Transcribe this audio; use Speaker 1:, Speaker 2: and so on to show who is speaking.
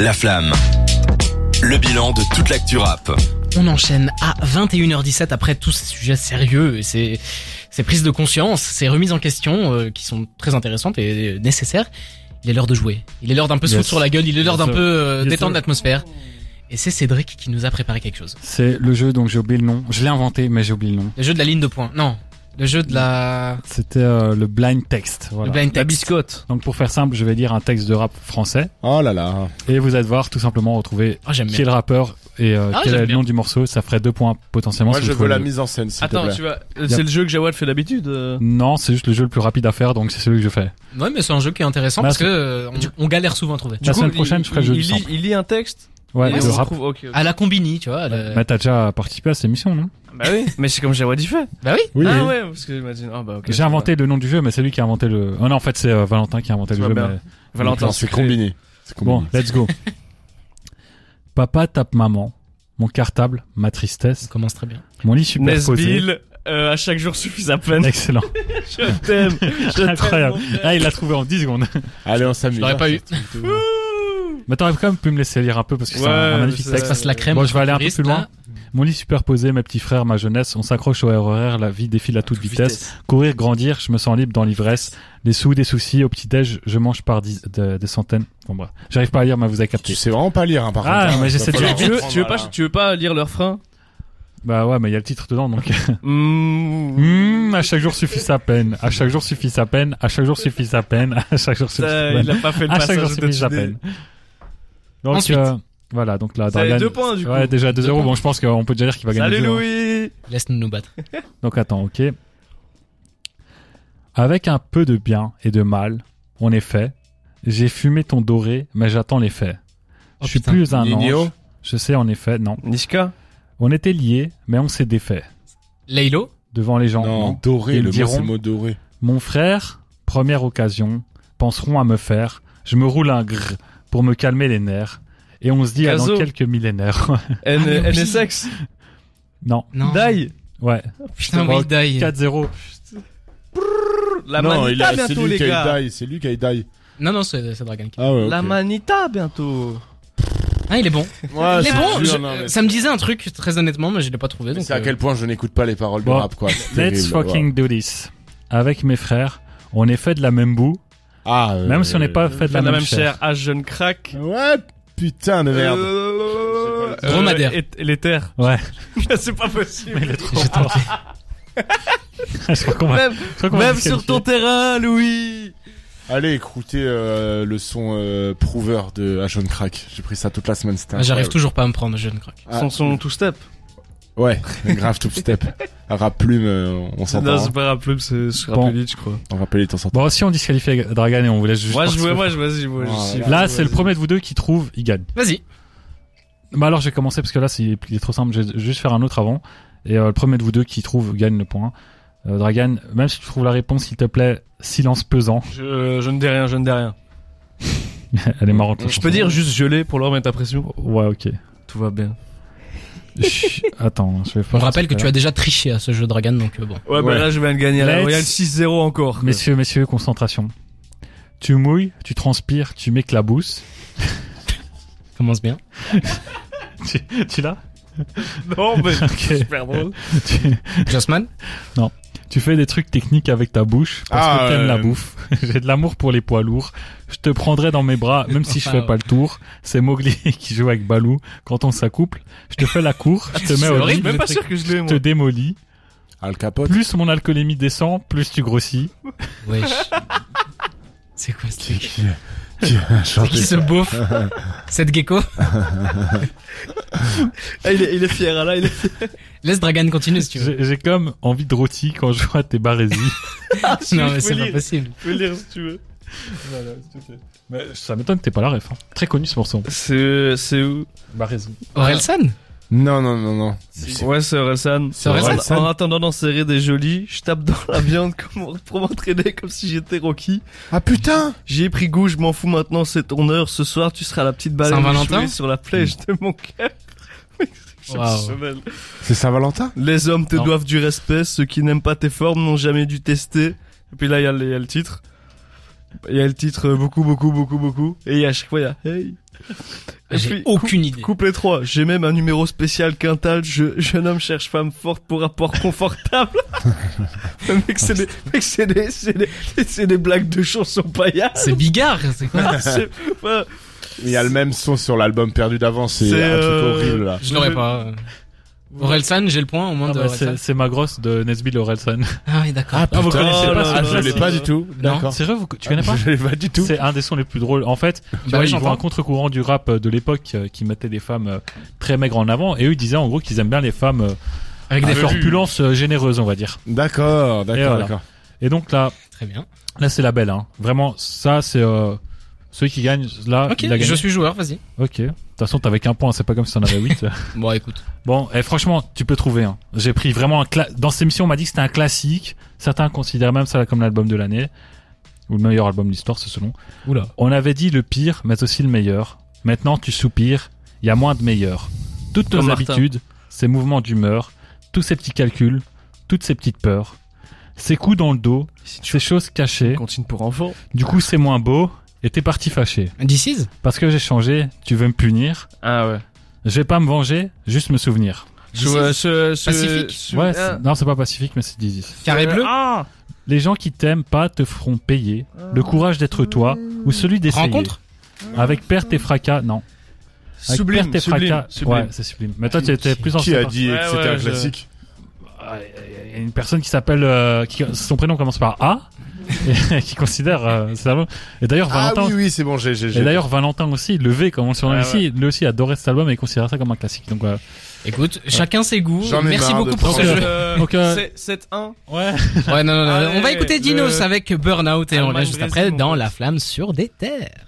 Speaker 1: La flamme. Le bilan de toute l'actu rap.
Speaker 2: On enchaîne à 21h17 après tous ces sujets sérieux et ces, ces prises de conscience, ces remises en question euh, qui sont très intéressantes et euh, nécessaires. Il est l'heure de jouer. Il est l'heure d'un peu se
Speaker 3: Yes.
Speaker 2: foutre sur la gueule. Il est l'heure
Speaker 3: Bien
Speaker 2: d'un
Speaker 3: sûr.
Speaker 2: peu euh,
Speaker 3: Bien
Speaker 2: détendre
Speaker 3: sûr.
Speaker 2: l'atmosphère. Et c'est Cédric qui nous a préparé quelque chose.
Speaker 3: C'est le jeu, donc j'ai oublié le nom. Je l'ai inventé, mais j'ai oublié le nom.
Speaker 2: Le jeu de la ligne de points. Non. Le jeu de la...
Speaker 3: C'était euh, le blind text. Voilà.
Speaker 2: Le blind
Speaker 4: La
Speaker 2: text.
Speaker 4: biscotte.
Speaker 3: Donc pour faire simple, je vais dire un texte de rap français
Speaker 5: Oh là là.
Speaker 3: et vous allez devoir tout simplement retrouver
Speaker 2: Oh, j'aime
Speaker 3: qui est
Speaker 2: bien.
Speaker 3: le rappeur et euh,
Speaker 2: Ah,
Speaker 3: quel
Speaker 2: j'aime
Speaker 3: est le
Speaker 2: bien.
Speaker 3: nom du morceau. Ça ferait deux points potentiellement.
Speaker 5: Moi,
Speaker 3: si vous
Speaker 5: je veux
Speaker 3: trouvez
Speaker 5: la
Speaker 3: le-
Speaker 5: mise en scène, s'il te
Speaker 4: Attends,
Speaker 5: plaît.
Speaker 4: tu vas. euh, C'est le jeu que Jawad fait d'habitude. euh.
Speaker 3: Non, c'est juste le jeu le plus rapide à faire, donc c'est celui que je fais.
Speaker 2: Ouais, mais c'est un jeu qui est intéressant
Speaker 3: Bah,
Speaker 2: parce que
Speaker 3: c'est-
Speaker 2: euh, on, on galère souvent à trouver.
Speaker 3: La semaine
Speaker 4: il-
Speaker 3: prochaine, je ferai le
Speaker 4: il,
Speaker 3: jeu
Speaker 4: il,
Speaker 3: du
Speaker 4: lit,
Speaker 3: sample.
Speaker 4: il lit un texte.
Speaker 3: Ouais,
Speaker 4: et
Speaker 3: le
Speaker 4: on
Speaker 3: rap. Ah.
Speaker 4: trouve- ok, ok.
Speaker 2: À la combini, tu vois. le-
Speaker 3: Mais t'as déjà participé à cette émission, non
Speaker 4: Bah oui. Mais c'est comme Jawad il fait.
Speaker 2: Bah oui.
Speaker 5: Oui.
Speaker 4: Ah ouais. Parce que j'imagine. Ah bah ok.
Speaker 3: J'ai inventé le nom du jeu, mais c'est lui qui a inventé le. Oh non, en fait, c'est euh, Valentin qui a inventé
Speaker 4: Tu
Speaker 3: le
Speaker 4: vois
Speaker 3: jeu.
Speaker 4: bien.
Speaker 3: mais-
Speaker 4: Valentin.
Speaker 5: c'est
Speaker 4: Secret.
Speaker 5: combiné. C'est combiné.
Speaker 3: Bon, let's go. Papa tape maman. Mon cartable, ma
Speaker 2: On
Speaker 3: tristesse,
Speaker 2: commence très bien.
Speaker 3: mon lit superposé.
Speaker 4: Nesbill. euh, à chaque jour suffit à peine.
Speaker 3: Excellent.
Speaker 4: je t'aime. Je t'aime,
Speaker 3: Incroyable.
Speaker 4: mon frère.
Speaker 3: Ah, il l'a trouvé en 10 secondes.
Speaker 5: Allez, on s'amuse.
Speaker 2: Je l'aurais pas eu.
Speaker 3: Mais t'aurais quand même pu me laisser lire un peu parce que c'est un- un,
Speaker 4: Ouais,
Speaker 3: magnifique
Speaker 4: c'est- hein.
Speaker 2: Ça se
Speaker 3: texte.
Speaker 2: passe la crème.
Speaker 3: Bon, je vais aller un peu
Speaker 2: Touriste,
Speaker 3: plus loin.
Speaker 2: là.
Speaker 3: Mon lit superposé, mes petits frères, ma jeunesse, on s'accroche au RER, la vie défile à toute vitesse. Courir, grandir, je me sens libre dans l'ivresse. Les sous, des soucis, au petit-déj, je mange par dix- de- des centaines. Bon, bref. J'arrive pas à lire, mais vous avez capté.
Speaker 5: Tu sais vraiment pas lire, hein, par
Speaker 3: Ah,
Speaker 5: contre.
Speaker 3: mais j'essaie de
Speaker 4: Tu,
Speaker 3: Alors,
Speaker 4: tu veux,
Speaker 5: reprendre,
Speaker 4: tu veux pas,
Speaker 5: voilà.
Speaker 4: tu veux pas lire leur frein
Speaker 3: Bah ouais, mais il y a le titre dedans, donc.
Speaker 4: Mmh.
Speaker 3: Hmm, à chaque jour suffit sa peine. À chaque jour suffit sa peine. À chaque jour suffit sa peine. À chaque jour suffit sa
Speaker 4: Ça,
Speaker 3: peine.
Speaker 4: Il a pas fait le
Speaker 3: À chaque jour
Speaker 4: passage de
Speaker 3: suffit sa
Speaker 4: Tuné.
Speaker 3: peine. Donc,
Speaker 2: Ensuite.
Speaker 3: euh, voilà, donc là,
Speaker 4: Ça
Speaker 3: dans
Speaker 4: fait
Speaker 3: la-
Speaker 4: deux points, du coup.
Speaker 3: Ouais, déjà 2
Speaker 2: Deux
Speaker 3: euros.
Speaker 2: points.
Speaker 3: Bon, je pense qu'on peut déjà dire qu'il va gagner.
Speaker 4: Salut
Speaker 3: deux euros.
Speaker 4: Louis
Speaker 2: Laisse-nous nous battre.
Speaker 3: Donc attends, ok. Avec un peu de bien et de mal, en effet, j'ai fumé ton doré, mais j'attends les faits.
Speaker 2: Oh,
Speaker 3: je suis
Speaker 2: putain.
Speaker 3: plus un
Speaker 5: Nino
Speaker 3: ange. Je sais en effet, non.
Speaker 4: Nishka
Speaker 3: On était liés, mais on s'est défaits.
Speaker 2: Laylo.
Speaker 3: Devant les gens,
Speaker 5: Non,
Speaker 3: non.
Speaker 5: doré,
Speaker 3: Ils
Speaker 5: le mot,
Speaker 3: diront-
Speaker 5: c'est mot doré.
Speaker 3: Mon frère, première occasion, penseront à me faire. Je me roule un grrr pour me calmer les nerfs. Et on se dit, ah, dans
Speaker 4: Caso.
Speaker 3: quelques millénaires.
Speaker 5: Ah,
Speaker 4: N-
Speaker 2: mais oui.
Speaker 4: NSX
Speaker 3: non,
Speaker 2: Non.
Speaker 4: Die
Speaker 3: ouais.
Speaker 2: Putain, oui, die.
Speaker 3: 4-0.
Speaker 4: La
Speaker 5: non, il
Speaker 4: manita
Speaker 5: a- c'est
Speaker 4: bientôt
Speaker 5: lui
Speaker 4: les
Speaker 5: qui
Speaker 4: gars
Speaker 5: a eu die, c'est lui qui a eu die.
Speaker 2: Non, non, c'est c'est Dragon King.
Speaker 5: Ah ouais,
Speaker 4: La manita bientôt
Speaker 2: Ah, il est bon.
Speaker 5: Ouais,
Speaker 2: il est
Speaker 5: c'est
Speaker 2: bon.
Speaker 5: dur,
Speaker 2: je-
Speaker 5: non, mais
Speaker 2: ça me disait un truc, très honnêtement, mais je l'ai pas trouvé.
Speaker 5: C'est
Speaker 2: Donc,
Speaker 5: à
Speaker 2: euh,
Speaker 5: quel point je n'écoute pas les paroles de
Speaker 3: Bon,
Speaker 5: rap, quoi. C'est
Speaker 3: Let's
Speaker 5: terrible, ouais.
Speaker 3: fucking do this. Avec mes frères, on est fait de la même boue.
Speaker 5: Ah, euh,
Speaker 3: Même si on n'est pas fait de la, même chair.
Speaker 4: Ah jeune crack
Speaker 5: Ouais, putain de merde.
Speaker 4: Euh,
Speaker 5: Euh,
Speaker 2: Dromadaire.
Speaker 4: et- et les terres
Speaker 3: Ouais,
Speaker 4: C'est pas possible
Speaker 3: mais il est trop fort. je crois qu'on va,
Speaker 4: Même,
Speaker 3: je crois qu'on va
Speaker 4: même
Speaker 3: le
Speaker 4: sur ton
Speaker 3: disqualifier.
Speaker 4: terrain Louis
Speaker 5: Allez, écoutez euh, le son euh, prouveur de Ashon Crack. J'ai pris ça toute la semaine, c'était
Speaker 2: ah, J'arrive
Speaker 5: incroyable.
Speaker 2: toujours pas à me prendre, jeune croque.
Speaker 5: Ah.
Speaker 4: Son son two step
Speaker 5: Ouais, grave tout step. Rap plume, euh, on
Speaker 4: Non
Speaker 5: s'entend.
Speaker 4: c'est
Speaker 5: hein.
Speaker 4: pas Raplume c'est Scrapulic je crois
Speaker 5: On va appeler les temps s'entend.
Speaker 3: Bon, si on disqualifie Dragan et on vous laisse juste.
Speaker 4: Moi je
Speaker 3: partir.
Speaker 4: veux moi je vas-y moi je
Speaker 5: Ah,
Speaker 4: suis-
Speaker 3: Là,
Speaker 4: vas-y.
Speaker 3: c'est le premier de vous deux qui trouve, il gagne.
Speaker 2: Vas-y.
Speaker 3: Bah alors, j'ai commencé parce que là, c'est, il est trop simple. Je vais juste faire un autre avant. Et euh, le premier de vous deux qui trouve gagne le point. Euh, Dragan, même si tu trouves la réponse, s'il te plaît, silence pesant.
Speaker 4: Je, je ne dis rien, je ne dis rien.
Speaker 3: Elle est marrante. cette
Speaker 4: Je peux
Speaker 3: chanson.
Speaker 4: dire juste gelé pour leur mettre la pression.
Speaker 3: Ouais, ok.
Speaker 4: Tout va bien.
Speaker 3: Chut, Attends, je vais
Speaker 2: On
Speaker 3: pas.
Speaker 2: rappelle que tu as déjà triché à ce jeu Dragon, donc euh, bon.
Speaker 4: Ouais, bah
Speaker 5: Ouais.
Speaker 4: là, je viens de gagner. Là,
Speaker 3: Let's-
Speaker 4: regarde 6-0 encore. quoi.
Speaker 3: Messieurs, messieurs, concentration. Tu mouilles, tu transpires, tu m'éclabousses.
Speaker 2: Commence bien.
Speaker 3: tu, tu l'as
Speaker 4: Non, mais c'est
Speaker 3: Ok.
Speaker 4: super drôle.
Speaker 3: tu,
Speaker 2: Jossman
Speaker 3: tu fais des trucs techniques avec ta bouche parce
Speaker 5: Ah,
Speaker 3: que t'aimes
Speaker 5: euh.
Speaker 3: la bouffe. J'ai de l'amour pour les poids lourds. Je te prendrai dans mes bras même si je
Speaker 2: Ah,
Speaker 3: fais
Speaker 2: ouais.
Speaker 3: pas le tour. C'est Mowgli qui joue avec Balou quand on s'accouple. Je te fais la cour, je te mets
Speaker 2: C'est
Speaker 3: au
Speaker 2: horrible,
Speaker 4: Je
Speaker 3: lit,
Speaker 4: suis même pas
Speaker 3: je
Speaker 4: sûr que je l'ai,
Speaker 3: te-
Speaker 4: moi.
Speaker 3: te démolis.
Speaker 5: Al Capote.
Speaker 3: Plus mon alcoolémie descend, plus tu grossis.
Speaker 2: Wesh. c'est quoi ce truc
Speaker 5: Qui, qui a
Speaker 2: C'est
Speaker 5: chanté
Speaker 2: qui ce beauf Cette gecko
Speaker 4: Ah, il, est, il est fier, ah, là, il est
Speaker 2: Laisse Dragon continuer si tu veux.
Speaker 3: J'ai j'ai comme envie de rôti quand je vois tes barésies.
Speaker 2: non, mais
Speaker 4: je peux
Speaker 2: c'est pas
Speaker 4: lire.
Speaker 2: possible.
Speaker 4: Tu peux lire si tu veux.
Speaker 3: Mais ça m'étonne que t'aies pas la ref. hein. Très connu ce morceau.
Speaker 4: C'est, c'est où
Speaker 3: Barésie.
Speaker 2: Orelsan
Speaker 5: Non, non, non, non.
Speaker 4: Ouais, c'est Orelsan.
Speaker 2: C'est Orelsan.
Speaker 4: En- En attendant d'enserrer des jolis, je tape dans la viande comme- pour m'entraîner comme si j'étais Rocky.
Speaker 5: Ah putain
Speaker 4: J'y ai pris goût, je m'en fous maintenant, c'est ton heure. Ce soir, tu seras la petite balle
Speaker 2: Saint-Valentin Mm.
Speaker 4: sur la flèche de mon cœur. Exceptionnel.
Speaker 5: C'est Saint-Valentin
Speaker 4: Les hommes te
Speaker 3: Non.
Speaker 4: doivent du respect, ceux qui n'aiment pas tes formes n'ont jamais dû tester. Et puis là, il y, a le- il y a le titre. Il y a le titre euh, beaucoup, beaucoup, beaucoup, beaucoup. Et à chaque fois, il y a Hey. Et
Speaker 2: J'ai
Speaker 4: puis,
Speaker 2: aucune idée.
Speaker 4: Couple les trois. J'ai même un numéro spécial quintal. Je, jeune homme cherche femme forte pour rapport confortable. Mais mec, c'est des, mec, c'est des, c'est des, c'est des blagues de chansons paillasses.
Speaker 2: C'est bigard, c'est quoi
Speaker 4: C'est- enfin,
Speaker 5: Il y a le même son sur l'album Perdu d'avance, c'est
Speaker 4: C'est,
Speaker 5: un
Speaker 4: euh,
Speaker 5: truc horrible là.
Speaker 2: Je l'aurais pas. euh. Orelsan, j'ai le point au moins
Speaker 3: Ah
Speaker 2: de
Speaker 3: bah, c'est
Speaker 2: Orelsan.
Speaker 3: c'est ma grosse de Nesbill Orelsan.
Speaker 2: Ah oui, d'accord.
Speaker 3: Ah, vous connaissez pas
Speaker 4: Oh là
Speaker 3: ce euh,
Speaker 4: là.
Speaker 5: Ah, je
Speaker 3: jeu-là,
Speaker 5: l'ai
Speaker 3: ça
Speaker 5: pas du tout. D'accord.
Speaker 3: Sérieux, vous- tu connais pas
Speaker 5: Je l'ai pas du tout.
Speaker 3: C'est un des sons les plus drôles. En fait, tu vois,
Speaker 2: ouais,
Speaker 3: ils
Speaker 2: j'en
Speaker 3: vont
Speaker 2: Bah vois.
Speaker 3: à contre-courant du rap euh, de l'époque euh, qui mettait des femmes euh, très maigres en avant. Et eux, ils disaient en gros qu'ils aiment bien les femmes euh,
Speaker 2: Avec
Speaker 3: à
Speaker 2: des formes.
Speaker 3: corpulence euh, généreuse, on va dire.
Speaker 5: D'accord,
Speaker 3: Et
Speaker 5: d'accord,
Speaker 3: voilà.
Speaker 5: d'accord.
Speaker 3: Et donc là,
Speaker 2: Très bien.
Speaker 3: là c'est la belle. Hein. Vraiment, ça, c'est euh, celui qui gagne. Là,
Speaker 2: Ok,
Speaker 3: Ah, il a gagné.
Speaker 2: je suis joueur, vas-y.
Speaker 3: Ok. De toute façon, t'avais qu'un point. C'est pas comme si t'en avais huit.
Speaker 2: Bon, écoute.
Speaker 3: Bon, et franchement, tu peux trouver. Hein. J'ai pris vraiment un cla- dans cette émission, on m'a dit que c'était un classique. Certains considèrent même ça comme l'album de l'année ou le meilleur album de l'histoire, c'est selon.
Speaker 2: Oula.
Speaker 3: On avait dit le pire, mais aussi le meilleur. Maintenant, tu soupires. Il y a moins de meilleur. Toutes nos
Speaker 4: Comme Martin.
Speaker 3: habitudes, ces mouvements d'humeur, tous ces petits calculs, toutes ces petites peurs, ces coups dans le dos,
Speaker 4: si tu
Speaker 3: ces choses cachées.
Speaker 4: continue pour enfants.
Speaker 3: Du coup, c'est moins beau. Et t'es parti fâché.
Speaker 2: This is
Speaker 3: Parce que j'ai changé. Tu veux me punir.
Speaker 4: Ah ouais.
Speaker 3: Je vais pas me venger, juste me souvenir.
Speaker 2: This is- Pacifique.
Speaker 3: Ouais, c'est- non, c'est pas pacifique, mais c'est Dizzy.
Speaker 2: Carré bleu
Speaker 4: Ah
Speaker 3: Les gens qui t'aiment pas te feront payer le courage d'être toi ou celui d'essayer.
Speaker 2: Rencontre
Speaker 3: Avec perte et fracas, non. Avec
Speaker 4: Sublime,
Speaker 3: perte et
Speaker 4: sublime,
Speaker 3: fracas. Ouais,
Speaker 4: sublime.
Speaker 3: c'est sublime. Mais toi,
Speaker 2: Qui-
Speaker 3: tu étais
Speaker 2: qui-
Speaker 3: plus en Ah,
Speaker 5: Qui a dit
Speaker 4: Ouais,
Speaker 5: que c'était
Speaker 4: ouais,
Speaker 5: un
Speaker 4: je-
Speaker 5: classique
Speaker 3: Il y a une personne qui s'appelle. euh, qui- son prénom commence par A et qui considère. euh, cet album. Et d'ailleurs,
Speaker 5: Ah
Speaker 3: Valentin.
Speaker 5: oui, oui, c'est bon, j'ai, j'ai, j'ai.
Speaker 3: Et d'ailleurs, Valentin aussi, le V, comme on le surnomme
Speaker 4: Ouais,
Speaker 3: ici, lui aussi adorait cet album et considère ça comme un classique. Donc, euh,
Speaker 2: Écoute, chacun ses goûts.
Speaker 5: J'en ai
Speaker 2: Merci
Speaker 5: marre de
Speaker 2: beaucoup pour ce
Speaker 5: prendre-
Speaker 2: jeu.
Speaker 3: Donc, euh,
Speaker 4: 7-1.
Speaker 3: ouais.
Speaker 2: Ouais, non, non, non.
Speaker 4: Allez,
Speaker 2: on va écouter
Speaker 4: le-
Speaker 2: Dinos avec Burnout et on
Speaker 4: Allemagne,
Speaker 2: revient juste
Speaker 4: Brésil,
Speaker 2: après
Speaker 4: mon
Speaker 2: dans
Speaker 4: pote.
Speaker 2: La Flamme sur des terres.